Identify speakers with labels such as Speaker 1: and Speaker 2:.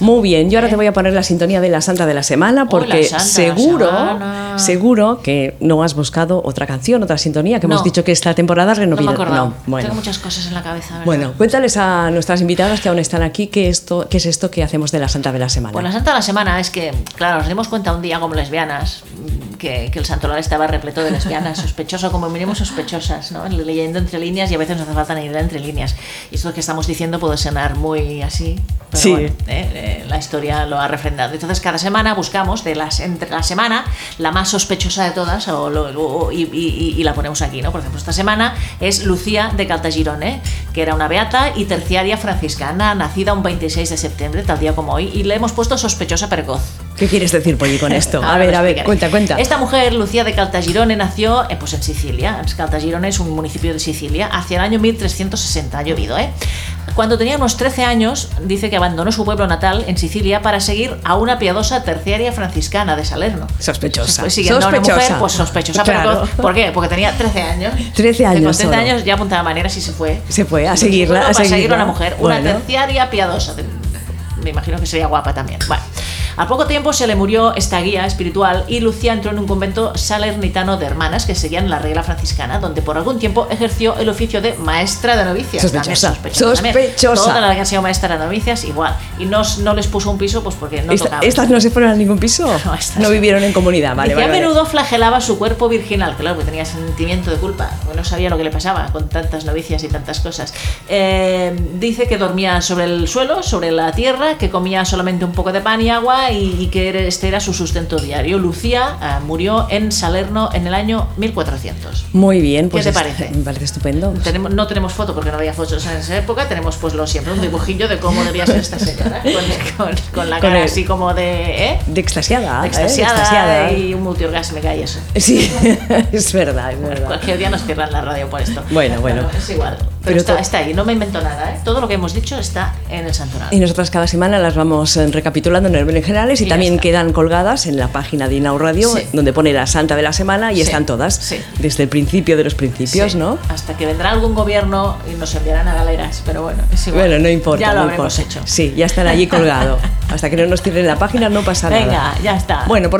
Speaker 1: Muy bien, yo ahora te voy a poner la sintonía de la Santa de la Semana porque
Speaker 2: la Santa de la
Speaker 1: seguro,
Speaker 2: Semana.
Speaker 1: seguro que no has buscado otra canción, otra sintonía que hemos
Speaker 2: No.
Speaker 1: dicho que esta temporada
Speaker 2: No me
Speaker 1: renovida.
Speaker 2: acordaba. Tengo
Speaker 1: bueno.
Speaker 2: muchas cosas en la cabeza. ¿verdad? Pues
Speaker 1: Bueno, cuéntales a nuestras invitadas que aún están aquí qué, esto, qué es esto que hacemos de la Santa de la Semana.
Speaker 2: Pues la Santa de la Semana es que, claro, nos dimos cuenta un día como lesbianas mm, que, que el santoral estaba repleto de lesbianas, sospechoso, como mínimo sospechosas, ¿no? Leyendo entre líneas y a veces nos hace falta ni leer entre líneas. Y esto que estamos diciendo puede sonar muy así, pero
Speaker 1: Sí.
Speaker 2: bueno, eh, eh, la historia lo ha refrendado. Entonces, cada semana buscamos de las entre la semana la más sospechosa de todas o lo- o- y, y- y la ponemos aquí, ¿no? Por ejemplo, esta semana es Lucía de Caltagirone, que era una beata y terciaria franciscana, nacida un 26 de septiembre, tal día como hoy, y le hemos puesto sospechosa precoz.
Speaker 1: ¿Qué quieres decir, Polly, con esto? A
Speaker 2: Ahora
Speaker 1: ver,
Speaker 2: lo
Speaker 1: a ver,
Speaker 2: explicaré.
Speaker 1: cuenta, cuenta.
Speaker 2: Esta mujer, Lucía de Caltagirone, nació eh, pues en Sicilia. Caltagirone es un municipio de Sicilia, hacia el año 1360, ha llovido, ¿eh? Cuando tenía unos 13 años, dice que abandonó su pueblo natal en Sicilia para seguir a una piadosa terciaria franciscana de Salerno.
Speaker 1: Sospechosa.
Speaker 2: Pues siguiendo a una mujer,
Speaker 1: Sospechosa.
Speaker 2: pues sospechosa.
Speaker 1: Claro.
Speaker 2: Pero, ¿Por qué? Porque tenía 13 años.
Speaker 1: 13 años
Speaker 2: Y Con 13
Speaker 1: solo.
Speaker 2: años ya apuntaba maneras y se fue.
Speaker 1: Se fue a
Speaker 2: Pues,
Speaker 1: seguirla,
Speaker 2: bueno,
Speaker 1: a
Speaker 2: para seguir a
Speaker 1: seguirla.
Speaker 2: una mujer. Una
Speaker 1: Bueno.
Speaker 2: terciaria piadosa. De- Me imagino que sería guapa también. Bueno. Al poco tiempo se le murió esta guía espiritual y Lucía entró en un convento salernitano de hermanas que seguían la regla franciscana, donde por algún tiempo ejerció el oficio de maestra de novicias. También
Speaker 1: Sospechosa.
Speaker 2: también.
Speaker 1: Sospechosa.
Speaker 2: Todas las que han sido maestra de novicias, igual. Y no, no les puso un piso, pues porque no
Speaker 1: Esta-
Speaker 2: tocaba.
Speaker 1: ¿Estas no se fueron a ningún piso?
Speaker 2: No, estas
Speaker 1: No
Speaker 2: no.
Speaker 1: vivieron en comunidad, vale,
Speaker 2: Dice,
Speaker 1: vale,
Speaker 2: a
Speaker 1: vale.
Speaker 2: menudo flagelaba su cuerpo virginal, claro, que tenía sentimiento de culpa, porque no sabía lo que le pasaba con tantas novicias y tantas cosas. Eh, dice que dormía sobre el suelo, sobre la tierra, que comía solamente un poco de pan y agua y, y que era- este era su sustento diario. Lucía ah, murió en Salerno en el año 1400.
Speaker 1: Muy bien, pues
Speaker 2: te
Speaker 1: es-
Speaker 2: parece?
Speaker 1: Me parece estupendo.
Speaker 2: Tenemos- no tenemos foto porque no había fotos en esa época, tenemos pues lo siempre, un dibujillo de cómo debía ser esta señora, con, con- con la
Speaker 1: Con
Speaker 2: cara
Speaker 1: el-
Speaker 2: así como de... ¿eh?
Speaker 1: De extasiada, ¿eh? De
Speaker 2: Extasiada,
Speaker 1: extasiada.
Speaker 2: y un multiorgásmica y eso.
Speaker 1: Sí, es verdad, es verdad.
Speaker 2: Cualquier día nos cierran la radio por esto.
Speaker 1: Bueno, bueno.
Speaker 2: Es igual. Pero,
Speaker 1: Pero
Speaker 2: está,
Speaker 1: to-
Speaker 2: está ahí, no me invento nada. ¿eh? Todo lo que hemos dicho está en el santoral.
Speaker 1: Y nosotras cada semana las vamos eh, recapitulando en el generales y,
Speaker 2: Y ya
Speaker 1: también
Speaker 2: está.
Speaker 1: quedan colgadas en la página de Inau Radio,
Speaker 2: Sí.
Speaker 1: donde pone la Santa de la Semana y
Speaker 2: Sí,
Speaker 1: están todas,
Speaker 2: sí.
Speaker 1: desde el principio de los principios,
Speaker 2: Sí,
Speaker 1: ¿no?
Speaker 2: Hasta que vendrá algún gobierno y nos enviarán a galeras. Pero bueno, es igual.
Speaker 1: Bueno, no importa.
Speaker 2: Ya lo
Speaker 1: no
Speaker 2: habremos
Speaker 1: importa.
Speaker 2: hecho.
Speaker 1: Sí, ya están allí colgado. Hasta que no nos tiren la página no pasa
Speaker 2: Venga,
Speaker 1: nada.
Speaker 2: ya está.
Speaker 1: Bueno, pues por